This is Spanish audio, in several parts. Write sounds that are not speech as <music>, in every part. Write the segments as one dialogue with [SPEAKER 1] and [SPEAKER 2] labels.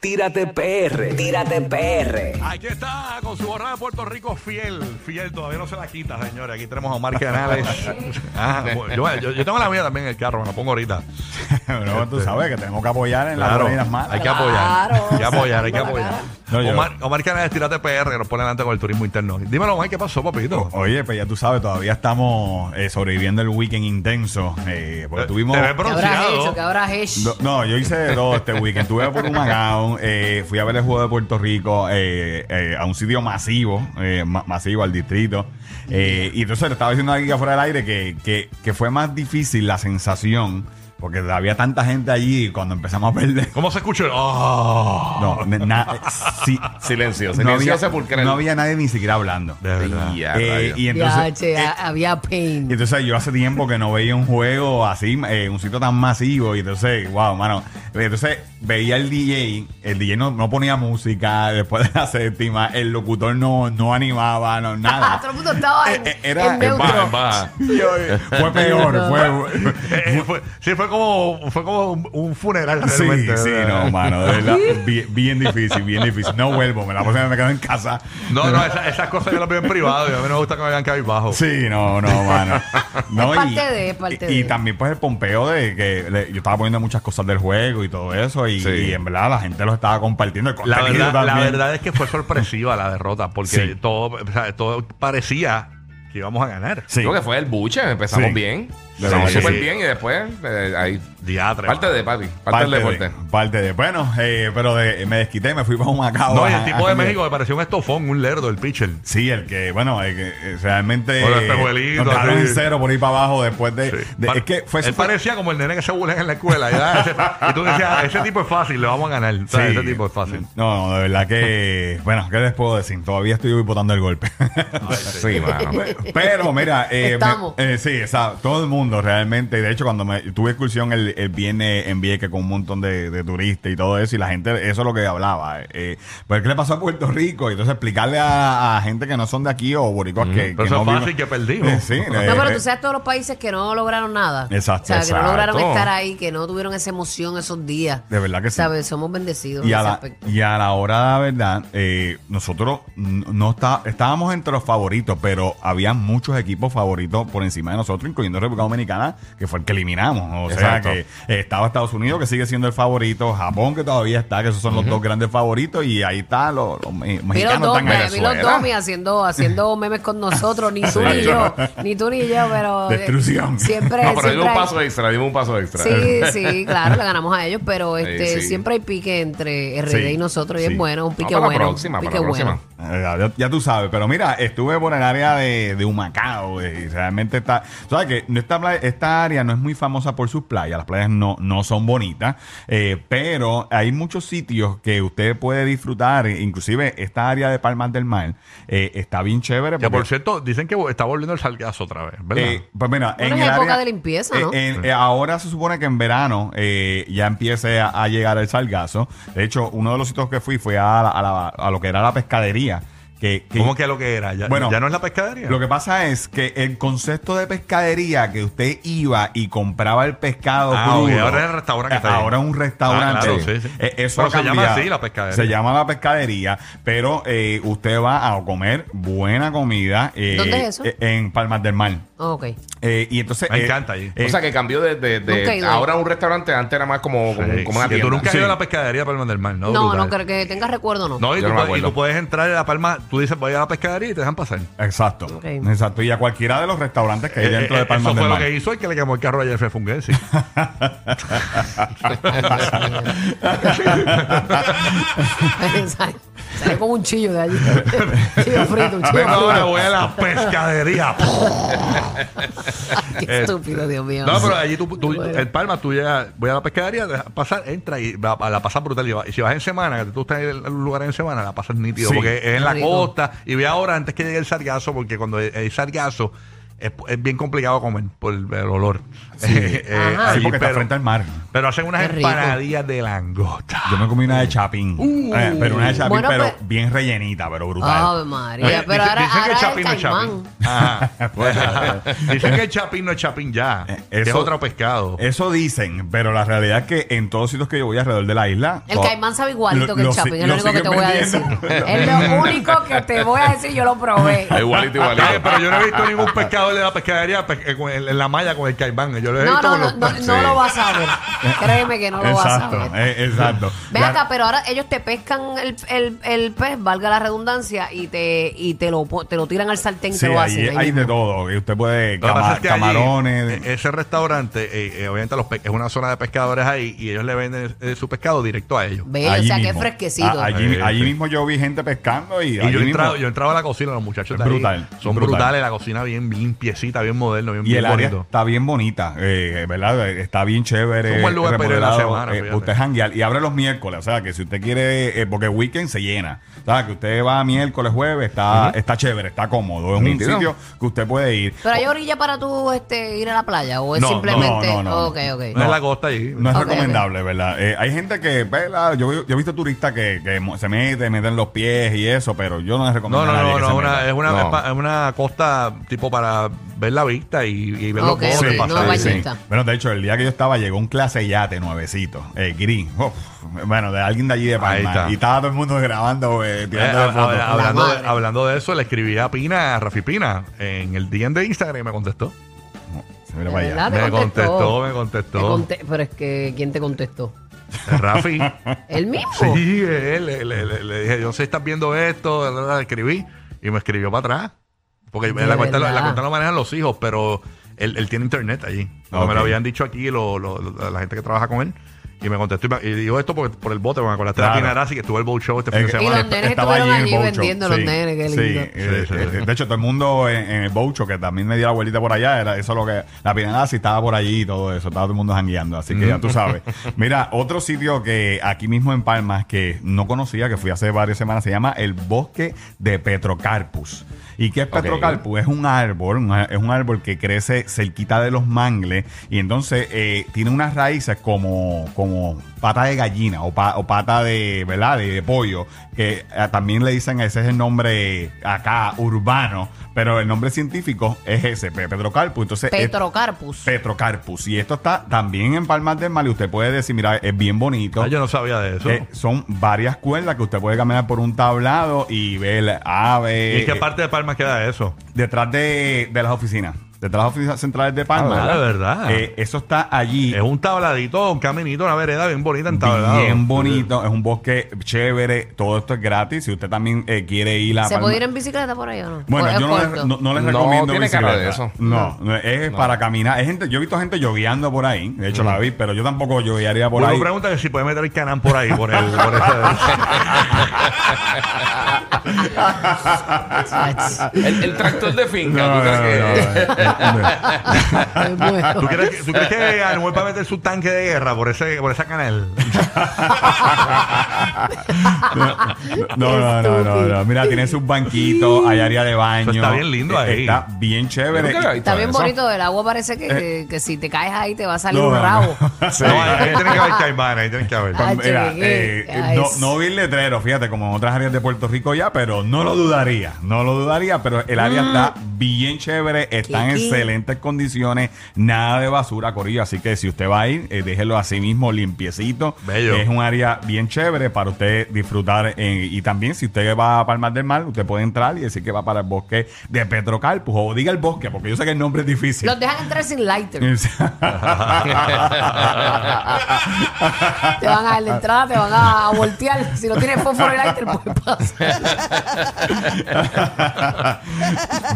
[SPEAKER 1] Tírate PR, tírate PR.
[SPEAKER 2] Aquí está, con su jornada de Puerto Rico fiel, fiel, todavía no se la quita, señores. Aquí tenemos a
[SPEAKER 3] <laughs>
[SPEAKER 2] Omar Canales. Ah, bueno, yo, yo- yo tengo la mía también en el carro, me la pongo ahorita.
[SPEAKER 3] Bueno, tú sabes que tenemos que apoyar en las medidas malas.
[SPEAKER 2] Este. hay que apoyar.
[SPEAKER 4] Claro.
[SPEAKER 2] Hay que apoyar, hay que apoyar.
[SPEAKER 3] No, yo-
[SPEAKER 2] Omar, Omar Canales, tírate PR, que nos pone adelante con el turismo interno. Dímelo, Omar, ¿qué pasó, papito?
[SPEAKER 3] Oye, pues ya tú sabes, todavía estamos eh, sobreviviendo el weekend intenso. eh, porque tuvimos.
[SPEAKER 2] Te ves
[SPEAKER 4] ¿Qué habrás hecho? ¿Qué
[SPEAKER 2] bronceado.
[SPEAKER 4] habrás hecho?
[SPEAKER 3] No, no, yo hice de todo este weekend. Estuve por Humacao, eh, fui a ver el juego de Puerto Rico eh, eh, a un sitio masivo, eh, ma- masivo al distrito. Eh, y entonces te estaba diciendo aquí afuera del aire que, que, que fue más difícil la sensación, porque había tanta gente allí y cuando empezamos a perder.
[SPEAKER 2] ¿Cómo se escucha? el- Oh,
[SPEAKER 3] No, na- sí,
[SPEAKER 5] Silencio,
[SPEAKER 3] no,
[SPEAKER 5] silencio
[SPEAKER 3] había,
[SPEAKER 5] sepulcral.
[SPEAKER 3] no había nadie ni siquiera hablando.
[SPEAKER 2] de verdad.
[SPEAKER 5] Y a
[SPEAKER 3] Eh,
[SPEAKER 5] rayos.
[SPEAKER 3] y
[SPEAKER 4] Ya,
[SPEAKER 3] entonces,
[SPEAKER 4] che, ha- había
[SPEAKER 3] Y
[SPEAKER 4] pain.
[SPEAKER 3] entonces yo hace tiempo que no veía un juego así, eh, un sitio tan masivo. Y entonces, wow, mano. Entonces veía el DJ, el DJ no, no ponía música después de la séptima, el locutor no, no animaba, no, nada.
[SPEAKER 4] Ah, <laughs> Todo el mundo estaba
[SPEAKER 3] Eh,
[SPEAKER 4] en,
[SPEAKER 3] eh, era-
[SPEAKER 4] en
[SPEAKER 3] en
[SPEAKER 4] neutro.
[SPEAKER 5] Va, va.
[SPEAKER 3] Yo, eh, fue peor, fue.
[SPEAKER 2] Eh, <laughs> fue- sí, fue como, fue como un, un funeral
[SPEAKER 3] Sí,
[SPEAKER 2] realmente.
[SPEAKER 3] sí,
[SPEAKER 2] ¿verdad?
[SPEAKER 3] no, mano, de
[SPEAKER 4] <laughs>
[SPEAKER 3] verdad, bien, bien difícil, bien difícil. No vuelvo, me la próxima vez me quedo en casa.
[SPEAKER 2] No, no, esas, esas cosas yo las veo en privado. y A mí no me gusta que me vean cabizbajo.
[SPEAKER 3] Sí, no,
[SPEAKER 2] <laughs>
[SPEAKER 3] no, mano. No,
[SPEAKER 4] Es parte de, es parte
[SPEAKER 3] y, y
[SPEAKER 4] de.
[SPEAKER 3] también pues el pompeo de que le- yo estaba poniendo muchas cosas del juego y todo eso y,
[SPEAKER 5] Sí.
[SPEAKER 3] y en verdad la gente lo estaba compartiendo. El
[SPEAKER 2] La
[SPEAKER 3] contenido
[SPEAKER 2] verdad, la
[SPEAKER 3] también.
[SPEAKER 2] verdad es que fue sorpresiva la derrota, porque
[SPEAKER 3] Sí.
[SPEAKER 2] todo, o sea, todo parecía que íbamos a ganar.
[SPEAKER 3] Sí.
[SPEAKER 5] Digo que fue el buche, empezamos
[SPEAKER 3] Sí.
[SPEAKER 5] bien.
[SPEAKER 3] De
[SPEAKER 5] Empezamos
[SPEAKER 3] verdad que
[SPEAKER 5] súper
[SPEAKER 2] sí.
[SPEAKER 5] bien y después eh, ahí.
[SPEAKER 2] Diatre.
[SPEAKER 5] Parte
[SPEAKER 2] mano.
[SPEAKER 5] de papi, parte,
[SPEAKER 3] Parte
[SPEAKER 5] del deporte.
[SPEAKER 3] de, parte de. Bueno, eh, pero de- me desquité, me fui para un macabro.
[SPEAKER 2] No, y el tipo de México me pareció un estofón, un lerdo, el pitcher.
[SPEAKER 3] Sí, el que, bueno, el que, eh, realmente.
[SPEAKER 2] Con los espejuelitos,
[SPEAKER 3] nos dejaron
[SPEAKER 2] este sí.
[SPEAKER 3] en cero por ir para abajo después de.
[SPEAKER 2] Sí.
[SPEAKER 3] de-
[SPEAKER 2] Pa-
[SPEAKER 3] es que fue
[SPEAKER 2] Él
[SPEAKER 3] súper-
[SPEAKER 2] parecía como el nene que se bulea en la escuela. ya, ese- y tú decías, "Ah, ese tipo es fácil, lo vamos a ganar. O sea,
[SPEAKER 3] Sí.
[SPEAKER 2] Ese tipo es fácil.
[SPEAKER 3] No, no, de verdad que. Bueno, ¿qué les puedo decir? Todavía estoy votando el
[SPEAKER 2] <laughs>
[SPEAKER 3] golpe. <laughs>
[SPEAKER 5] Sí, mano.
[SPEAKER 3] Ah, pues, Pero
[SPEAKER 4] <laughs>
[SPEAKER 3] mira, eh, me-
[SPEAKER 4] Estamos.
[SPEAKER 3] eh, sí, exacto. Todo el mundo realmente. De hecho, cuando me, tuve excursión el, el viernes en Vieques con un montón de, de turistas y todo eso, y la gente, eso es lo que hablaba. eh, eh, pues, ¿qué le pasó a Puerto Rico? Y entonces explicarle a, a gente que no son de aquí o boricuas que.
[SPEAKER 2] pero
[SPEAKER 3] que
[SPEAKER 2] eso
[SPEAKER 3] no
[SPEAKER 2] es
[SPEAKER 3] viven-
[SPEAKER 2] fácil que perdimos.
[SPEAKER 3] <laughs> sí, eh,
[SPEAKER 4] No, pero
[SPEAKER 3] eh,
[SPEAKER 4] tú sabes todos los países que no lograron nada.
[SPEAKER 3] Exacto,
[SPEAKER 4] O sea, que
[SPEAKER 3] exacto.
[SPEAKER 4] no lograron estar ahí, que no tuvieron esa emoción esos días.
[SPEAKER 3] De verdad que sí.
[SPEAKER 4] ¿Sabes? Somos bendecidos
[SPEAKER 3] Y
[SPEAKER 4] en
[SPEAKER 3] a,
[SPEAKER 4] ese
[SPEAKER 3] la,
[SPEAKER 4] aspecto.
[SPEAKER 3] y a la hora de la verdad, eh, nosotros n- no está, estábamos entre los favoritos, pero había muchos equipos favoritos por encima de nosotros, incluyendo República Dominicana, que fue el que eliminamos. O
[SPEAKER 5] Exacto.
[SPEAKER 3] sea, que eh, estaba Estados Unidos, que sigue siendo el favorito, Japón, que todavía está, que esos son los dos grandes favoritos, y ahí están los, los me-
[SPEAKER 4] Vi los
[SPEAKER 3] mexicanos. Están
[SPEAKER 4] domis, vi los
[SPEAKER 3] Venezuela.
[SPEAKER 4] domis
[SPEAKER 3] <laughs>
[SPEAKER 4] haciendo, haciendo memes con nosotros, ni tú
[SPEAKER 3] Sí.
[SPEAKER 4] ni yo, ni tú ni yo, pero... eh,
[SPEAKER 3] Destrucción.
[SPEAKER 4] Siempre,
[SPEAKER 5] No, pero
[SPEAKER 4] siempre
[SPEAKER 5] dimos un
[SPEAKER 4] hay-
[SPEAKER 5] paso extra, dimos un paso extra.
[SPEAKER 4] Sí, sí, claro, le ganamos a ellos, pero este,
[SPEAKER 5] sí.
[SPEAKER 4] siempre hay pique entre RD
[SPEAKER 3] Sí,
[SPEAKER 4] y nosotros y
[SPEAKER 3] sí.
[SPEAKER 4] es bueno, un
[SPEAKER 5] No,
[SPEAKER 4] pique
[SPEAKER 5] para
[SPEAKER 4] bueno.
[SPEAKER 5] la próxima,
[SPEAKER 4] un
[SPEAKER 5] para
[SPEAKER 4] pique
[SPEAKER 5] la próxima.
[SPEAKER 4] bueno.
[SPEAKER 3] Eh, Ya, ya tú sabes, pero mira, estuve por el área de, de Humacao eh, y realmente está. ¿Sabes que Esta, pla- esta área no es muy famosa por sus playas, las playas no, no son bonitas, eh, pero hay muchos sitios que usted puede disfrutar, eh, inclusive esta área de Palmas del Mar eh, está bien chévere.
[SPEAKER 2] Que
[SPEAKER 3] porque-
[SPEAKER 2] por cierto, dicen que está volviendo el salgazo otra vez, ¿verdad?
[SPEAKER 3] eh, pues mira,
[SPEAKER 4] Bueno,
[SPEAKER 3] en
[SPEAKER 4] es
[SPEAKER 3] el
[SPEAKER 4] época
[SPEAKER 3] área-
[SPEAKER 4] de limpieza,
[SPEAKER 3] eh,
[SPEAKER 4] ¿no?
[SPEAKER 3] en- eh, ahora se supone que en verano eh, ya empiece a, a llegar el salgazo. De hecho, uno de los sitios que fui fue a, la- a la- a lo que era la pescadería. Que, que
[SPEAKER 2] ¿Cómo que lo que era? ¿Ya,
[SPEAKER 3] Bueno,
[SPEAKER 2] ya no es la pescadería?
[SPEAKER 3] lo que pasa es que el concepto de pescadería que usted iba y compraba el pescado
[SPEAKER 2] Ah,
[SPEAKER 3] crudo, eh,
[SPEAKER 2] ok, ahora es el restaurante que está ahí.
[SPEAKER 3] ahora es un restaurante.
[SPEAKER 2] Ah, claro, sí, sí.
[SPEAKER 3] Eh, eso
[SPEAKER 2] Pero
[SPEAKER 3] ha
[SPEAKER 2] se llama
[SPEAKER 3] cambiado.
[SPEAKER 2] así, la pescadería.
[SPEAKER 3] Se llama la pescadería, pero eh, usted va a comer buena comida. eh,
[SPEAKER 4] ¿Dónde es eso?
[SPEAKER 3] eh, En Palmas del Mar.
[SPEAKER 4] Ok.
[SPEAKER 3] Eh, y entonces.
[SPEAKER 2] Me
[SPEAKER 3] eh,
[SPEAKER 2] encanta allí.
[SPEAKER 3] eh,
[SPEAKER 5] o sea, que cambió de, de- de-
[SPEAKER 4] Nunca he ido.
[SPEAKER 5] ahora un restaurante, antes era más como, como, como una
[SPEAKER 2] Sí,
[SPEAKER 5] tienda.
[SPEAKER 2] Tú nunca has ido
[SPEAKER 3] Sí.
[SPEAKER 2] a la pescadería Palma del Mar, ¿no?
[SPEAKER 4] No, no,
[SPEAKER 2] Brutal.
[SPEAKER 4] creo que tengas recuerdo, <laughs> no.
[SPEAKER 2] No, y
[SPEAKER 5] Yo
[SPEAKER 2] tú,
[SPEAKER 5] no me
[SPEAKER 2] puedes- y
[SPEAKER 5] acuerdo.
[SPEAKER 2] tú puedes entrar a la palma, tú dices voy a la pescadería y te dejan pasar.
[SPEAKER 3] Exacto.
[SPEAKER 4] Ok.
[SPEAKER 3] Exacto. Y a cualquiera de los restaurantes que hay
[SPEAKER 2] Eh,
[SPEAKER 3] dentro
[SPEAKER 2] eh,
[SPEAKER 3] de Palmas
[SPEAKER 2] eso
[SPEAKER 3] del
[SPEAKER 2] fue
[SPEAKER 3] Mar.
[SPEAKER 2] <laughs>
[SPEAKER 3] <laughs>
[SPEAKER 2] lo que hizo el que le quemó el carro ayer fue Funguesi.
[SPEAKER 4] Sale- Sale con un chillo de allí. chillo frito, un chillo
[SPEAKER 2] Vengo
[SPEAKER 4] frito.
[SPEAKER 2] ahora voy a la pescadería.
[SPEAKER 4] Qué estúpido, Dios mío.
[SPEAKER 2] no, pero allí tú, tú-
[SPEAKER 4] Bueno.
[SPEAKER 2] en Palma tú llegas, voy a la pescadería, deja pasar, entra y va- a la pasas brutal. Y, va- y si vas en semana, que tú estás en el lugar en semana, la pasas nítido
[SPEAKER 3] Sí.
[SPEAKER 2] porque es en la
[SPEAKER 4] Rico.
[SPEAKER 2] costa. Y ve ahora antes que llegue el sargazo, porque cuando hay- hay sargazo es, es bien complicado comer por el, el olor. <laughs> Eh,
[SPEAKER 3] Sí.
[SPEAKER 4] Ajá.
[SPEAKER 3] Sí,
[SPEAKER 2] allí,
[SPEAKER 3] porque está
[SPEAKER 2] Ah, pero-
[SPEAKER 3] frente al mar.
[SPEAKER 2] Pero hacen unas
[SPEAKER 4] Qué rico.
[SPEAKER 2] empanadillas de langosta.
[SPEAKER 3] Yo me comí una de chapín. Eh, pero una de chapín,
[SPEAKER 4] Bueno,
[SPEAKER 3] pero
[SPEAKER 4] pues- Ah,
[SPEAKER 3] bien rellenita, pero brutal.
[SPEAKER 4] Ave María.
[SPEAKER 3] Eh,
[SPEAKER 2] Oye,
[SPEAKER 4] Pero
[SPEAKER 2] dice-
[SPEAKER 4] ahora,
[SPEAKER 2] dicen que
[SPEAKER 4] ahora
[SPEAKER 2] Chapín
[SPEAKER 4] es
[SPEAKER 2] no es
[SPEAKER 4] caimán.
[SPEAKER 2] Chapín. Ajá. <laughs> Dicen Ah, que el chapín no es chapín ya.
[SPEAKER 3] Eh,
[SPEAKER 2] que es
[SPEAKER 3] eso- Eh,
[SPEAKER 2] otro pescado.
[SPEAKER 3] Eso dicen, pero la realidad es que en todos los sitios que yo voy alrededor de la isla.
[SPEAKER 4] El
[SPEAKER 3] todo-
[SPEAKER 4] caimán sabe igualito
[SPEAKER 3] Oh. lo-
[SPEAKER 4] que el
[SPEAKER 3] lo si-
[SPEAKER 4] chapín, es lo único que
[SPEAKER 3] siguen
[SPEAKER 4] te voy a decir.
[SPEAKER 3] vendiendo.
[SPEAKER 4] es
[SPEAKER 3] <laughs>
[SPEAKER 4] lo único que te voy a decir, yo lo probé.
[SPEAKER 5] Ah, Igualito,
[SPEAKER 2] Eh,
[SPEAKER 5] igualito.
[SPEAKER 2] pero yo no he visto ningún pescador de la pescadería pe- eh, con el- en la malla con el caimán. Yo lo he
[SPEAKER 4] No,
[SPEAKER 2] visto
[SPEAKER 4] no,
[SPEAKER 2] con
[SPEAKER 4] no,
[SPEAKER 2] los
[SPEAKER 4] no,
[SPEAKER 2] pe-
[SPEAKER 4] no
[SPEAKER 5] sí.
[SPEAKER 4] lo vas a ver. Créeme que no lo vas a
[SPEAKER 3] Exacto,
[SPEAKER 4] ver.
[SPEAKER 3] eh, exacto.
[SPEAKER 4] Ve
[SPEAKER 3] La-
[SPEAKER 4] acá, pero ahora ellos te pescan el, el- el pez, valga la redundancia, y te, y te lo po- te lo tiran al sartén y
[SPEAKER 3] Sí,
[SPEAKER 4] te lo
[SPEAKER 3] ahí
[SPEAKER 4] hacen.
[SPEAKER 3] hay,
[SPEAKER 4] ahí
[SPEAKER 3] de
[SPEAKER 4] mismo.
[SPEAKER 3] todo. Y usted puede
[SPEAKER 2] Lo que pasa
[SPEAKER 3] cama-
[SPEAKER 2] es que allí,
[SPEAKER 3] camarones.
[SPEAKER 2] eh, ese restaurante, eh, eh, obviamente, los pe- es una zona de pescadores ahí y ellos le venden eh, su pescado directo a ellos.
[SPEAKER 4] Ve, o
[SPEAKER 3] allí
[SPEAKER 4] sea, que es
[SPEAKER 3] mismo.
[SPEAKER 4] fresquecito.
[SPEAKER 3] Ah, allí
[SPEAKER 2] Sí,
[SPEAKER 3] allí
[SPEAKER 2] sí.
[SPEAKER 3] mismo yo vi gente pescando y,
[SPEAKER 2] Eh, Y
[SPEAKER 3] allí
[SPEAKER 2] yo
[SPEAKER 3] mismo-
[SPEAKER 2] entraba, yo entraba a la cocina, los muchachos de ahí
[SPEAKER 3] Brutal,
[SPEAKER 2] son
[SPEAKER 3] brutal.
[SPEAKER 2] brutales, la cocina bien limpiecita, bien moderno, bien,
[SPEAKER 3] y
[SPEAKER 2] bien
[SPEAKER 3] el área
[SPEAKER 2] bonito.
[SPEAKER 3] está bien bonita, eh, ¿verdad? Está bien chévere.
[SPEAKER 2] Es un buen lugar para ir a la
[SPEAKER 3] remodelado,
[SPEAKER 2] semana,
[SPEAKER 3] eh,
[SPEAKER 2] fíjate.
[SPEAKER 3] usted janguear y abre los miércoles, o sea, que si usted quiere, eh, porque weekend se llena. O sea, que usted va miércoles, jueves, está, está chévere, está cómodo. Es un
[SPEAKER 5] Nítido.
[SPEAKER 3] sitio que usted puede ir.
[SPEAKER 4] ¿Pero hay orilla para tú este, ir a la playa? ¿O es
[SPEAKER 2] No, no,
[SPEAKER 4] simplemente.?
[SPEAKER 3] no, no, no.
[SPEAKER 4] Ok, ok.
[SPEAKER 2] No es la costa ahí.
[SPEAKER 3] No es
[SPEAKER 4] Ok,
[SPEAKER 3] recomendable, ¿verdad? Eh, hay gente que, ¿verdad? Yo, yo he visto turistas que, que mo- se meten, meten los pies y eso, pero yo no les
[SPEAKER 2] No,
[SPEAKER 3] recomiendo
[SPEAKER 2] no,
[SPEAKER 3] a nadie
[SPEAKER 2] no,
[SPEAKER 3] que
[SPEAKER 2] no,
[SPEAKER 3] se
[SPEAKER 2] una-
[SPEAKER 3] meta.
[SPEAKER 2] es una,
[SPEAKER 5] No.
[SPEAKER 2] es pa- es una costa tipo para ver la vista y, y ver
[SPEAKER 4] Ok,
[SPEAKER 2] los
[SPEAKER 4] ok,
[SPEAKER 2] botes
[SPEAKER 4] no
[SPEAKER 2] pasar.
[SPEAKER 4] bañista. bañista.
[SPEAKER 3] Bueno, de hecho, el día que yo estaba llegó un clase yate nuevecito, eh, gris. Uf, bueno, de alguien de allí de
[SPEAKER 2] Ahí
[SPEAKER 3] Palma.
[SPEAKER 2] está.
[SPEAKER 3] Y estaba todo el mundo grabando, eh,
[SPEAKER 2] Eh,
[SPEAKER 3] tirando
[SPEAKER 2] hab-
[SPEAKER 3] de fotos.
[SPEAKER 2] hab- hablando,
[SPEAKER 4] madre.
[SPEAKER 2] de, hablando de eso, le escribí a Pina, a Rafi Pina, en el día de Instagram y me contestó.
[SPEAKER 3] Se mira
[SPEAKER 4] ¿De
[SPEAKER 3] para allá.
[SPEAKER 4] verdad? Ah, te
[SPEAKER 2] me
[SPEAKER 4] contestó.
[SPEAKER 2] contestó, me
[SPEAKER 4] Te
[SPEAKER 2] contestó.
[SPEAKER 4] conte- pero es que, ¿quién te contestó?
[SPEAKER 2] Rafi.
[SPEAKER 4] <laughs> ¿El mismo?
[SPEAKER 2] sí, él, le, le- le- le dije, yo no sé si estás viendo esto, le, le- le escribí y me escribió para atrás. Porque
[SPEAKER 4] De
[SPEAKER 2] la cuenta, la,
[SPEAKER 4] verdad.
[SPEAKER 2] cuenta lo manejan los hijos, pero él, él tiene internet allí. Porque
[SPEAKER 3] Ok.
[SPEAKER 2] Me lo habían dicho aquí lo- lo- lo- la gente que trabaja con él. Y me contestó y, me- y digo esto porque, por el bote, me acordaste de
[SPEAKER 3] Claro. Eh,
[SPEAKER 2] la Pina Arasi que estuvo el boat show este fin
[SPEAKER 3] Es
[SPEAKER 2] de
[SPEAKER 3] que
[SPEAKER 4] Y
[SPEAKER 2] semana.
[SPEAKER 4] los nenes
[SPEAKER 3] estaba
[SPEAKER 4] estuvieron allí
[SPEAKER 3] el boat
[SPEAKER 4] vendiendo,
[SPEAKER 3] show.
[SPEAKER 4] los nenes, qué
[SPEAKER 3] sí,
[SPEAKER 4] lindo.
[SPEAKER 3] eh,
[SPEAKER 2] Sí, sí,
[SPEAKER 3] eh,
[SPEAKER 2] sí.
[SPEAKER 3] De hecho, todo el mundo en, en el bocho, que también me dio la vueltita por allá, era eso lo que. La Piranasi estaba por allí y todo eso, estaba todo el mundo jangueando, así que ya tú sabes. Mira, otro sitio que aquí mismo en Palmas, que no conocía, que fui hace varias semanas, se llama el Bosque de Petrocarpus. ¿Y qué es
[SPEAKER 5] Ok.
[SPEAKER 3] Petrocarpus? Es un árbol, un á- es un árbol que crece cerquita de los mangles y entonces eh, tiene unas raíces como, como pata de gallina o, pa- o pata de, ¿verdad? De, de pollo, que eh, también le dicen, ese es el nombre acá, urbano, pero el nombre científico es ese, Pe- Petrocarpus. Entonces, es-
[SPEAKER 4] Petrocarpus.
[SPEAKER 3] Petrocarpus. Y esto está también en Palmas del Mar y usted puede decir, mira, es bien bonito.
[SPEAKER 2] Ah, yo no sabía de eso.
[SPEAKER 3] Eh, son varias cuerdas que usted puede caminar por un tablado y ver aves.
[SPEAKER 2] ¿Y qué parte de Palma queda eso?
[SPEAKER 3] Detrás de, de las oficinas. Detrás de las oficinas centrales de Palma.
[SPEAKER 2] Ah, de verdad.
[SPEAKER 3] Eh, eso está allí.
[SPEAKER 2] Es un tabladito, un caminito, una vereda bien bonita en tablado.
[SPEAKER 3] Bien bonito, es un bosque chévere, todo esto es gratis. Si usted también eh, quiere ir a
[SPEAKER 4] ¿Se
[SPEAKER 3] Palma-
[SPEAKER 4] puede ir en bicicleta por ahí o no?
[SPEAKER 3] Bueno,
[SPEAKER 4] ¿O es
[SPEAKER 3] yo no,
[SPEAKER 4] corto?
[SPEAKER 3] les-
[SPEAKER 4] <laughs>
[SPEAKER 3] no, no les
[SPEAKER 5] No
[SPEAKER 3] recomiendo
[SPEAKER 5] tiene cara
[SPEAKER 3] bicicleta.
[SPEAKER 5] de eso.
[SPEAKER 3] No, no, es para caminar. Es gente, yo he visto gente lloviando por ahí. De hecho, la vi, pero yo tampoco lloviaría por
[SPEAKER 2] Uno
[SPEAKER 3] ahí. <laughs>
[SPEAKER 2] pregunta que si puede meter el canán por ahí, por el, por ese-
[SPEAKER 5] El, el tractor de finca.
[SPEAKER 3] No,
[SPEAKER 5] tú sabes
[SPEAKER 3] no, no,
[SPEAKER 5] que- <laughs>
[SPEAKER 3] no, no.
[SPEAKER 4] Ay,
[SPEAKER 3] <laughs>
[SPEAKER 4] bueno.
[SPEAKER 2] ¿Tú, crees que, ¿Tú crees que Anuel va a meter su tanque de guerra por ese, por esa canal?
[SPEAKER 3] No, no, no, no, no. Mira, tiene sus banquitos, hay área de baño. Eh,
[SPEAKER 2] Eso está bien lindo ahí.
[SPEAKER 3] Está bien
[SPEAKER 5] Yo
[SPEAKER 3] chévere.
[SPEAKER 5] nunca había visto
[SPEAKER 4] Está bien
[SPEAKER 5] eso.
[SPEAKER 4] bonito, el agua parece que, que, que si te caes ahí te va a
[SPEAKER 3] Eh.
[SPEAKER 4] salir
[SPEAKER 3] No,
[SPEAKER 4] un
[SPEAKER 3] no, no.
[SPEAKER 4] rabo.
[SPEAKER 3] <laughs> Sí.
[SPEAKER 2] No, ahí tiene que haber caimán, ahí tiene que haber.
[SPEAKER 4] Ah,
[SPEAKER 3] Mira,
[SPEAKER 4] llegué.
[SPEAKER 3] eh,
[SPEAKER 4] Ay,
[SPEAKER 3] no,
[SPEAKER 4] sí.
[SPEAKER 3] no vi el letrero, fíjate, como en otras áreas de Puerto
[SPEAKER 4] Mm.
[SPEAKER 3] Rico ya, pero no lo dudaría, no lo dudaría, pero el área está bien chévere, están en excelentes condiciones, nada de basura, Corillo. Así que si usted va a ir, eh, déjelo así mismo, limpiecito.
[SPEAKER 2] Bello.
[SPEAKER 3] Es un área bien chévere para usted disfrutar. eh, y también, si usted va a Palmas del Mar, usted puede entrar y decir que va para el bosque de Petrocarpus. O diga el bosque, porque yo sé que el nombre es difícil. <laughs>
[SPEAKER 4] <laughs> Los dejan entrar sin lighter. Te
[SPEAKER 3] te
[SPEAKER 4] van a dar la entrada, te van a, a voltear. Si no tienes fósforo y lighter, pues puedes pasar.
[SPEAKER 3] <laughs>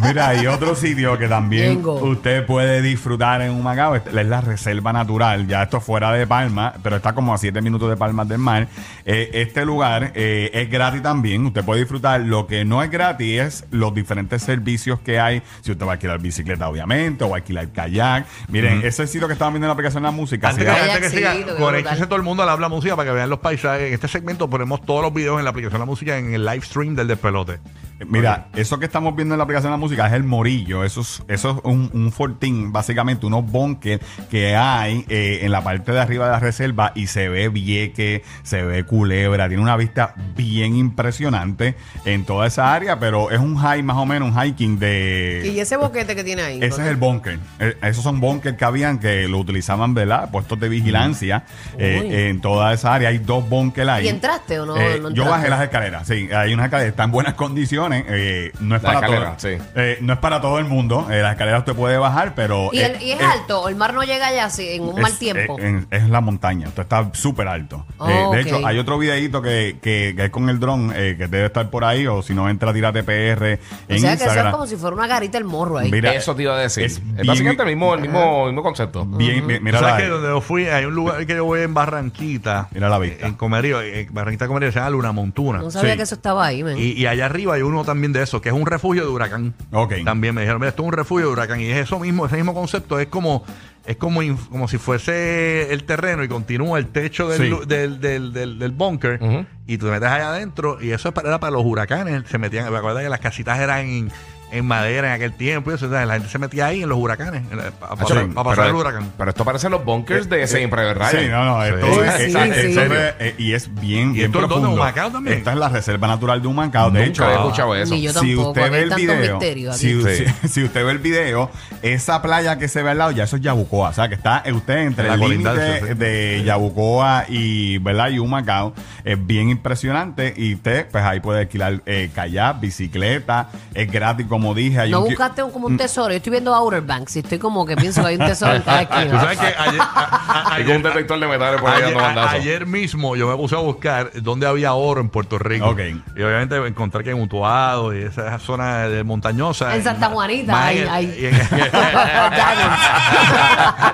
[SPEAKER 3] Mira, hay otro sitio que también
[SPEAKER 4] Bingo.
[SPEAKER 3] usted puede disfrutar en Humacao. Esta- Es la reserva natural. Ya esto fuera de Palma, pero está como a 7 minutos de Palmas del Mar. Eh, este lugar eh, es gratis también. Usted puede disfrutar. Lo que no es gratis es los diferentes servicios que hay. Si usted va a alquilar bicicleta, obviamente, o va a alquilar kayak. Miren, ese sitio que estaba viendo en la aplicación de la música.
[SPEAKER 2] Antes
[SPEAKER 3] se
[SPEAKER 2] que,
[SPEAKER 3] llama-
[SPEAKER 4] Ay,
[SPEAKER 2] antes que
[SPEAKER 4] Axelito, qué
[SPEAKER 2] siga,
[SPEAKER 4] brutal.
[SPEAKER 2] conéctense todo el mundo al habla música para que vean los paisajes. En este segmento ponemos todos los videos en la aplicación de la música en el live stream del despelote.
[SPEAKER 3] Mira, eso que estamos viendo en la aplicación de la música es el morillo. Eso es, eso es un, un fortín, básicamente, unos bunkers que hay eh, en la parte de arriba de la reserva y se ve vieque, se ve culebra. Tiene una vista bien impresionante en toda esa área, pero es un hike más o menos, un hiking de.
[SPEAKER 6] Y ese boquete que tiene ahí.
[SPEAKER 3] Ese es el búnker. Eh, Esos son búnker que habían que lo utilizaban, ¿verdad? Puestos de vigilancia eh,
[SPEAKER 4] Uy.
[SPEAKER 3] en toda esa área. Hay dos búnker ahí.
[SPEAKER 4] ¿Y entraste o no-
[SPEAKER 3] Eh,
[SPEAKER 4] no
[SPEAKER 3] yo
[SPEAKER 4] entraste?
[SPEAKER 3] bajé las escaleras, sí. Hay unas escaleras, está en buenas condiciones. eh, no es
[SPEAKER 5] Las
[SPEAKER 3] para todo.
[SPEAKER 5] escaleras, sí.
[SPEAKER 3] eh, no es para todo el mundo. eh, las escaleras usted puede bajar, pero.
[SPEAKER 4] Y, el- y es
[SPEAKER 3] eh,
[SPEAKER 4] alto, el mar no llega allá así, en un mal
[SPEAKER 3] es-
[SPEAKER 4] tiempo.
[SPEAKER 3] eh, en- Es, la montaña, usted está súper alto.
[SPEAKER 4] Oh,
[SPEAKER 3] Eh, de
[SPEAKER 4] ok.
[SPEAKER 3] hecho, hay otro videito que, que- que es con el dron eh, que debe estar por ahí, o si no entra, tírate PR en
[SPEAKER 4] o sea que eso es
[SPEAKER 3] Instagram.
[SPEAKER 4] como si fuera una garita el morro ahí.
[SPEAKER 3] Mira,
[SPEAKER 5] Eso te iba a decir.
[SPEAKER 3] es
[SPEAKER 5] Es,
[SPEAKER 3] bien-
[SPEAKER 5] básicamente el mismo, el mismo, el mismo concepto.
[SPEAKER 3] bien, bien, mira
[SPEAKER 2] Mira ¿Sabes
[SPEAKER 3] la-
[SPEAKER 2] que donde yo fui? Hay un lugar que yo voy en Barranquita.
[SPEAKER 3] Mira la vista.
[SPEAKER 2] En Comerío, en Barranquita Comerío, se llama Luna Montuna.
[SPEAKER 4] no sabía
[SPEAKER 3] sí.
[SPEAKER 4] que eso estaba ahí, men.
[SPEAKER 2] Y, y allá arriba hay uno también de eso, que es un refugio de huracán.
[SPEAKER 3] Ok.
[SPEAKER 2] También me dijeron, mira, esto es un refugio de huracán. Y es eso mismo, ese mismo concepto. Es como es como, in- como si fuese el terreno y continúa el techo del,
[SPEAKER 3] Sí.
[SPEAKER 2] lu- del, del, del, del búnker.
[SPEAKER 5] Ujú.
[SPEAKER 2] Y tú te metes allá adentro. Y eso es para- era para los huracanes. Se metían, me acuerdo que las casitas eran en, en madera en aquel tiempo. Y eso, o sea, la gente se metía ahí en los huracanes. Para
[SPEAKER 5] Hacho,
[SPEAKER 2] pasar, pa pasar
[SPEAKER 5] pero-
[SPEAKER 2] el huracán.
[SPEAKER 5] Pero esto parece los bunkers de siempre, ¿verdad?
[SPEAKER 3] Eh, Sí, no, no, esto
[SPEAKER 2] Sí,
[SPEAKER 3] es,
[SPEAKER 4] sí,
[SPEAKER 3] esa-
[SPEAKER 4] sí.
[SPEAKER 3] eso
[SPEAKER 4] ¿En
[SPEAKER 5] serio?
[SPEAKER 3] es- eh, y es bien,
[SPEAKER 2] ¿Y
[SPEAKER 3] bien
[SPEAKER 2] esto es donde,
[SPEAKER 3] profundo.
[SPEAKER 2] Humacao también?
[SPEAKER 3] Esta es la reserva natural de Humacao. De
[SPEAKER 5] Nunca
[SPEAKER 3] hecho, ah,
[SPEAKER 5] he escuchado eso.
[SPEAKER 4] Ni yo tampoco.
[SPEAKER 3] si usted
[SPEAKER 4] aquí
[SPEAKER 3] ve
[SPEAKER 4] hay
[SPEAKER 3] el
[SPEAKER 4] tanto
[SPEAKER 3] video,
[SPEAKER 4] misterio aquí.
[SPEAKER 3] si,
[SPEAKER 5] Sí.
[SPEAKER 3] si- si usted <laughs> ve el video, esa playa que se ve al lado ya eso es Yabucoa, o sea que está eh, usted entre
[SPEAKER 2] La
[SPEAKER 3] el
[SPEAKER 2] colindancia,
[SPEAKER 3] límite
[SPEAKER 2] sí.
[SPEAKER 3] de Yabucoa y verdad y Humacao, es bien impresionante y usted pues ahí puede alquilar eh, kayak, bicicleta, es gratis como dije. Hay
[SPEAKER 4] no
[SPEAKER 3] un-
[SPEAKER 4] buscaste un- como
[SPEAKER 3] Mm.
[SPEAKER 4] un tesoro. Yo estoy viendo Outer Banks y estoy como que pienso que hay un
[SPEAKER 3] <laughs>
[SPEAKER 4] tesoro en cada
[SPEAKER 2] Tú
[SPEAKER 4] esquina.
[SPEAKER 2] sabes que ayer- a- <laughs> a-
[SPEAKER 5] Hay
[SPEAKER 2] ayer-
[SPEAKER 5] un detector de metales
[SPEAKER 3] Pues,
[SPEAKER 5] por ahí
[SPEAKER 2] Ayer,
[SPEAKER 5] dando
[SPEAKER 2] a-
[SPEAKER 5] bandazos.
[SPEAKER 2] ayer mismo yo me puse a buscar dónde había oro en Puerto Rico.
[SPEAKER 3] Ok.
[SPEAKER 2] Y obviamente encontré que en Utuado y esa zona de montañosa.
[SPEAKER 4] En Santa
[SPEAKER 2] ma-
[SPEAKER 4] Juanita,
[SPEAKER 2] más
[SPEAKER 4] hay-
[SPEAKER 2] en el-
[SPEAKER 4] hay-
[SPEAKER 2] y <laughs> en-
[SPEAKER 4] <laughs>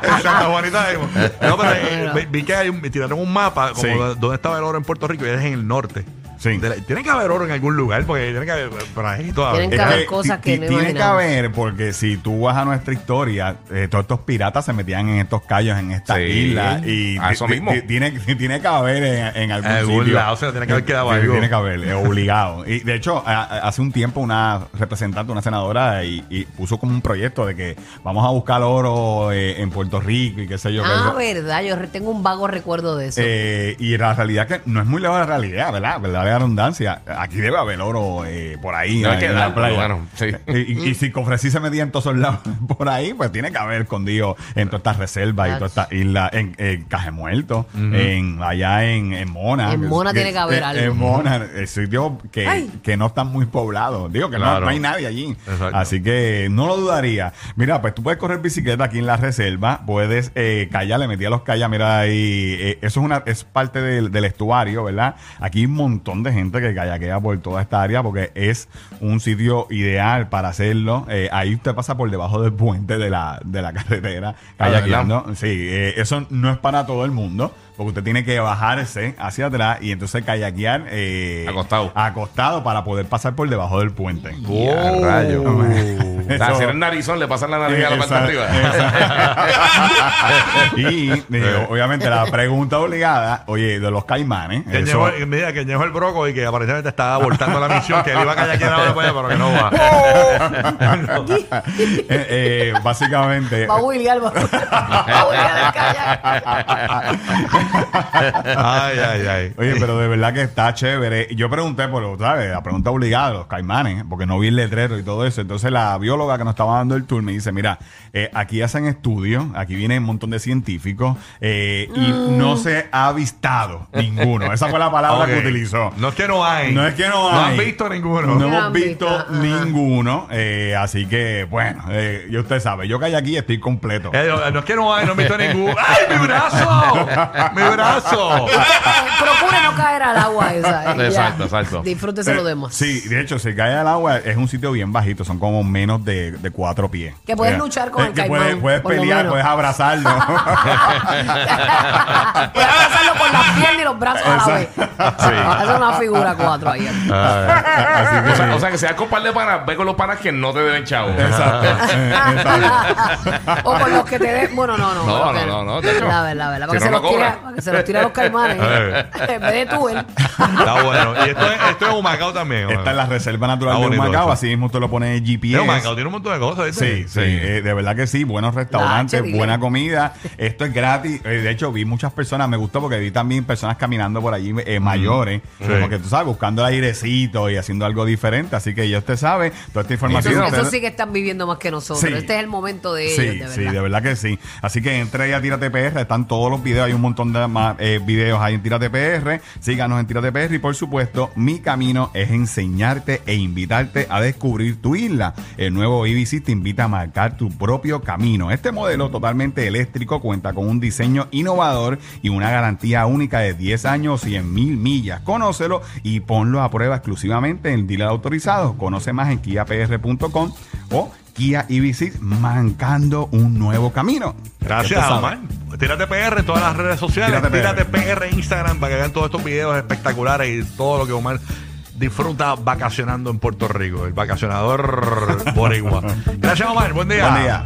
[SPEAKER 2] en Santa Juanita. hay- No, pero eh, vi- vi que hay un- me tiraron un mapa como
[SPEAKER 3] Sí.
[SPEAKER 2] de- dónde estaba el oro en Puerto Rico y es en el norte.
[SPEAKER 3] Sí.
[SPEAKER 2] De la- tiene que haber oro en algún lugar porque tiene que haber por ahí todavía.
[SPEAKER 4] Tienen que
[SPEAKER 3] Es
[SPEAKER 4] haber cosas
[SPEAKER 3] ti-
[SPEAKER 4] que
[SPEAKER 3] ti-
[SPEAKER 4] no
[SPEAKER 3] Tiene que
[SPEAKER 4] imaginamos.
[SPEAKER 3] haber, porque si tú vas a nuestra historia, eh, todos estos piratas se metían en estos callos, en estas
[SPEAKER 5] Sí.
[SPEAKER 3] islas. Y
[SPEAKER 5] Ah, eso
[SPEAKER 3] ti-
[SPEAKER 5] mismo.
[SPEAKER 3] ti- Tiene, <laughs> tiene que haber en, en algún,
[SPEAKER 2] En algún
[SPEAKER 3] sitio.
[SPEAKER 2] lado se tiene que haber quedado
[SPEAKER 3] Sí,
[SPEAKER 2] algo.
[SPEAKER 3] Tiene que haber, eh, obligado. Y de hecho, a- a- hace un tiempo una representante, una senadora, y, y puso como un proyecto de que vamos a buscar oro eh, en Puerto Rico y qué sé yo. qué
[SPEAKER 4] Ah,
[SPEAKER 3] sé-
[SPEAKER 4] verdad. Yo re- tengo un vago recuerdo de eso. <laughs>
[SPEAKER 3] eh, y la realidad que no es muy lejos de la realidad, ¿verdad? ¿Verdad? La redundancia. Aquí debe haber oro eh, por ahí.
[SPEAKER 5] No hay que
[SPEAKER 3] en la
[SPEAKER 5] darlo,
[SPEAKER 3] playa. Eh,
[SPEAKER 5] bueno, sí.
[SPEAKER 3] Y, y- y si Cofresí se metía en todos esos lados <laughs> por ahí, pues tiene que haber escondido en todas estas reservas y todas estas islas, en, en Cajemuerto, en, allá en, en Mona.
[SPEAKER 4] En Mona tiene que haber
[SPEAKER 3] en-
[SPEAKER 4] algo.
[SPEAKER 3] En Mona, eh, sitios que,
[SPEAKER 4] Ay.
[SPEAKER 3] que no están muy poblados. Digo que no- no,
[SPEAKER 2] Claro.
[SPEAKER 3] hay nadie allí.
[SPEAKER 2] Exacto.
[SPEAKER 3] Así que no lo dudaría. Mira, pues tú puedes correr bicicleta aquí en la reserva, puedes eh, callar, le metí a los callas, mira ahí, eh, eso es una es parte del, del estuario, ¿verdad? Aquí hay un montón de gente que kayaquea por toda esta área porque es un sitio ideal para hacerlo. Eh, ahí usted pasa por debajo del puente de la, de la carretera
[SPEAKER 5] Ah, ¿verdad?
[SPEAKER 3] kayakeando. <laughs> Sí, eh, eso no es para todo el mundo. Porque usted tiene que bajarse hacia atrás y entonces kayakear eh,
[SPEAKER 5] Acostado.
[SPEAKER 3] acostado para poder pasar por debajo del puente.
[SPEAKER 5] ¡Oh! rayo.
[SPEAKER 3] man.
[SPEAKER 5] O sea,
[SPEAKER 3] <laughs> Eso-
[SPEAKER 5] si eres narizón, le pasan la nariz a la parte
[SPEAKER 3] Exacto,
[SPEAKER 5] arriba.
[SPEAKER 3] exacto. y digo, obviamente la pregunta obligada, oye, de los caimanes.
[SPEAKER 2] Que
[SPEAKER 3] eso-
[SPEAKER 2] llegó, el- <laughs> mira, que llegó el broco y que aparentemente estaba abortando la misión, que él iba a callar aquí ahora, pues, pero que no va.
[SPEAKER 3] <laughs> <laughs> Eh, <laughs> eh, básicamente.
[SPEAKER 4] <laughs> Va a huilear, va va a huilear el kayak.
[SPEAKER 2] Ay, ay, ay.
[SPEAKER 3] Oye, pero de verdad que está chévere. Yo pregunté, por lo ¿sabes? La pregunta obligada de los caimanes, porque no vi el letrero y todo eso. Entonces la bióloga que nos estaba dando el tour me dice, mira, eh, aquí hacen estudios, aquí vienen un montón de científicos eh, y
[SPEAKER 4] Mm.
[SPEAKER 3] no se ha avistado ninguno. Esa fue la palabra
[SPEAKER 2] Ok.
[SPEAKER 3] que utilizó.
[SPEAKER 2] No es que no hay.
[SPEAKER 3] No es que no
[SPEAKER 2] No
[SPEAKER 3] hay.
[SPEAKER 2] han visto ninguno.
[SPEAKER 3] No
[SPEAKER 4] No
[SPEAKER 3] hemos
[SPEAKER 4] han
[SPEAKER 3] visto
[SPEAKER 4] visto, ajá.
[SPEAKER 3] ninguno. eh, así que, bueno, eh, ya usted sabe, yo caí aquí y estoy completo.
[SPEAKER 2] Eh, no, no es que no hay, no han visto
[SPEAKER 3] <laughs>
[SPEAKER 2] ninguno. ¡Ay, mi brazo! ¡Mi brazo!
[SPEAKER 4] Procure no caer al agua esa. eh, ya.
[SPEAKER 5] Exacto, exacto.
[SPEAKER 4] Disfrútese lo demás.
[SPEAKER 3] Sí, de hecho, si cae al agua es un sitio bien bajito, son como menos de, de cuatro pies.
[SPEAKER 4] Que puedes luchar con
[SPEAKER 3] eh,
[SPEAKER 4] el
[SPEAKER 3] que
[SPEAKER 4] caimán,
[SPEAKER 3] Puedes, puedes
[SPEAKER 4] por lo
[SPEAKER 3] pelear,
[SPEAKER 4] menos.
[SPEAKER 3] puedes
[SPEAKER 4] <laughs>
[SPEAKER 3] abrazarlo. <laughs>
[SPEAKER 4] Voy a pasarlo con las piernas y los brazos a la vez. Hacer una figura
[SPEAKER 2] <laughs>
[SPEAKER 4] cuatro ahí.
[SPEAKER 2] Ah,
[SPEAKER 3] Así que,
[SPEAKER 5] O sea, o sea, que sea con par de panas, ve con los panas que no te deben
[SPEAKER 2] <laughs>
[SPEAKER 5] chavo.
[SPEAKER 3] exacto. Eh, exacto.
[SPEAKER 4] <laughs> o con los que te den. Bueno, no, no.
[SPEAKER 5] No,
[SPEAKER 4] con los que-
[SPEAKER 5] no, no, no, de hecho.
[SPEAKER 4] La verdad, la verdad. Para,
[SPEAKER 5] Si
[SPEAKER 4] que se
[SPEAKER 5] no, no
[SPEAKER 4] los
[SPEAKER 5] cobra.
[SPEAKER 4] tira, para que se los tire a los
[SPEAKER 5] <laughs>
[SPEAKER 4] caimanes.
[SPEAKER 2] Eh.
[SPEAKER 4] en vez de tú, él.
[SPEAKER 2] Está bueno. Y esto es, esto es Humacao también.
[SPEAKER 3] Está en la reserva natural
[SPEAKER 2] Está
[SPEAKER 3] de
[SPEAKER 2] bonito
[SPEAKER 3] Humacao,
[SPEAKER 2] eso.
[SPEAKER 3] así mismo usted lo pone en GPS.
[SPEAKER 2] Es Humacao tiene un montón de cosas, ¿viste?
[SPEAKER 3] Sí, sí, eh, de verdad que sí, buenos restaurantes,
[SPEAKER 4] Nacho, dile.
[SPEAKER 3] buena comida, esto es gratis. Eh, de hecho, vi muchas personas, me gustó porque vi también personas caminando por allí eh, mayores,
[SPEAKER 2] Sí.
[SPEAKER 3] como que tú sabes, buscando el airecito y haciendo algo diferente, así que ya usted sabe, toda esta
[SPEAKER 4] Eso,
[SPEAKER 3] información...
[SPEAKER 4] eso
[SPEAKER 3] usted-
[SPEAKER 4] sí que están viviendo más que nosotros.
[SPEAKER 3] Sí.
[SPEAKER 4] Este es el momento de ellos,
[SPEAKER 3] Sí,
[SPEAKER 4] de verdad.
[SPEAKER 3] sí, de verdad que sí. Así que entre ahí a Tírate PR, están todos los videos, hay un montón de más eh, videos ahí en Tírate PR. Síganos en Tírate PR y por supuesto, mi camino es enseñarte e invitarte a descubrir tu isla. El nuevo IBC te invita a marcar tu propio camino. Este modelo totalmente eléctrico cuenta con un diseño innovador y una garantía única de 10 años y en mil millas. Conócelo y ponlo a prueba exclusivamente en el dealer autorizado. Conoce más en kiapr.com o Kia EV6 mancando un nuevo camino.
[SPEAKER 2] Gracias, Omar. Tírate PR en todas las redes sociales.
[SPEAKER 3] Tírate
[SPEAKER 2] Tírate,
[SPEAKER 3] PR.
[SPEAKER 2] PR en Instagram para que vean todos estos videos espectaculares y todo lo que Omar disfruta
[SPEAKER 3] <laughs>
[SPEAKER 2] vacacionando en Puerto Rico. El vacacionador boricua. Gracias, Omar. Buen día.
[SPEAKER 3] Buen día.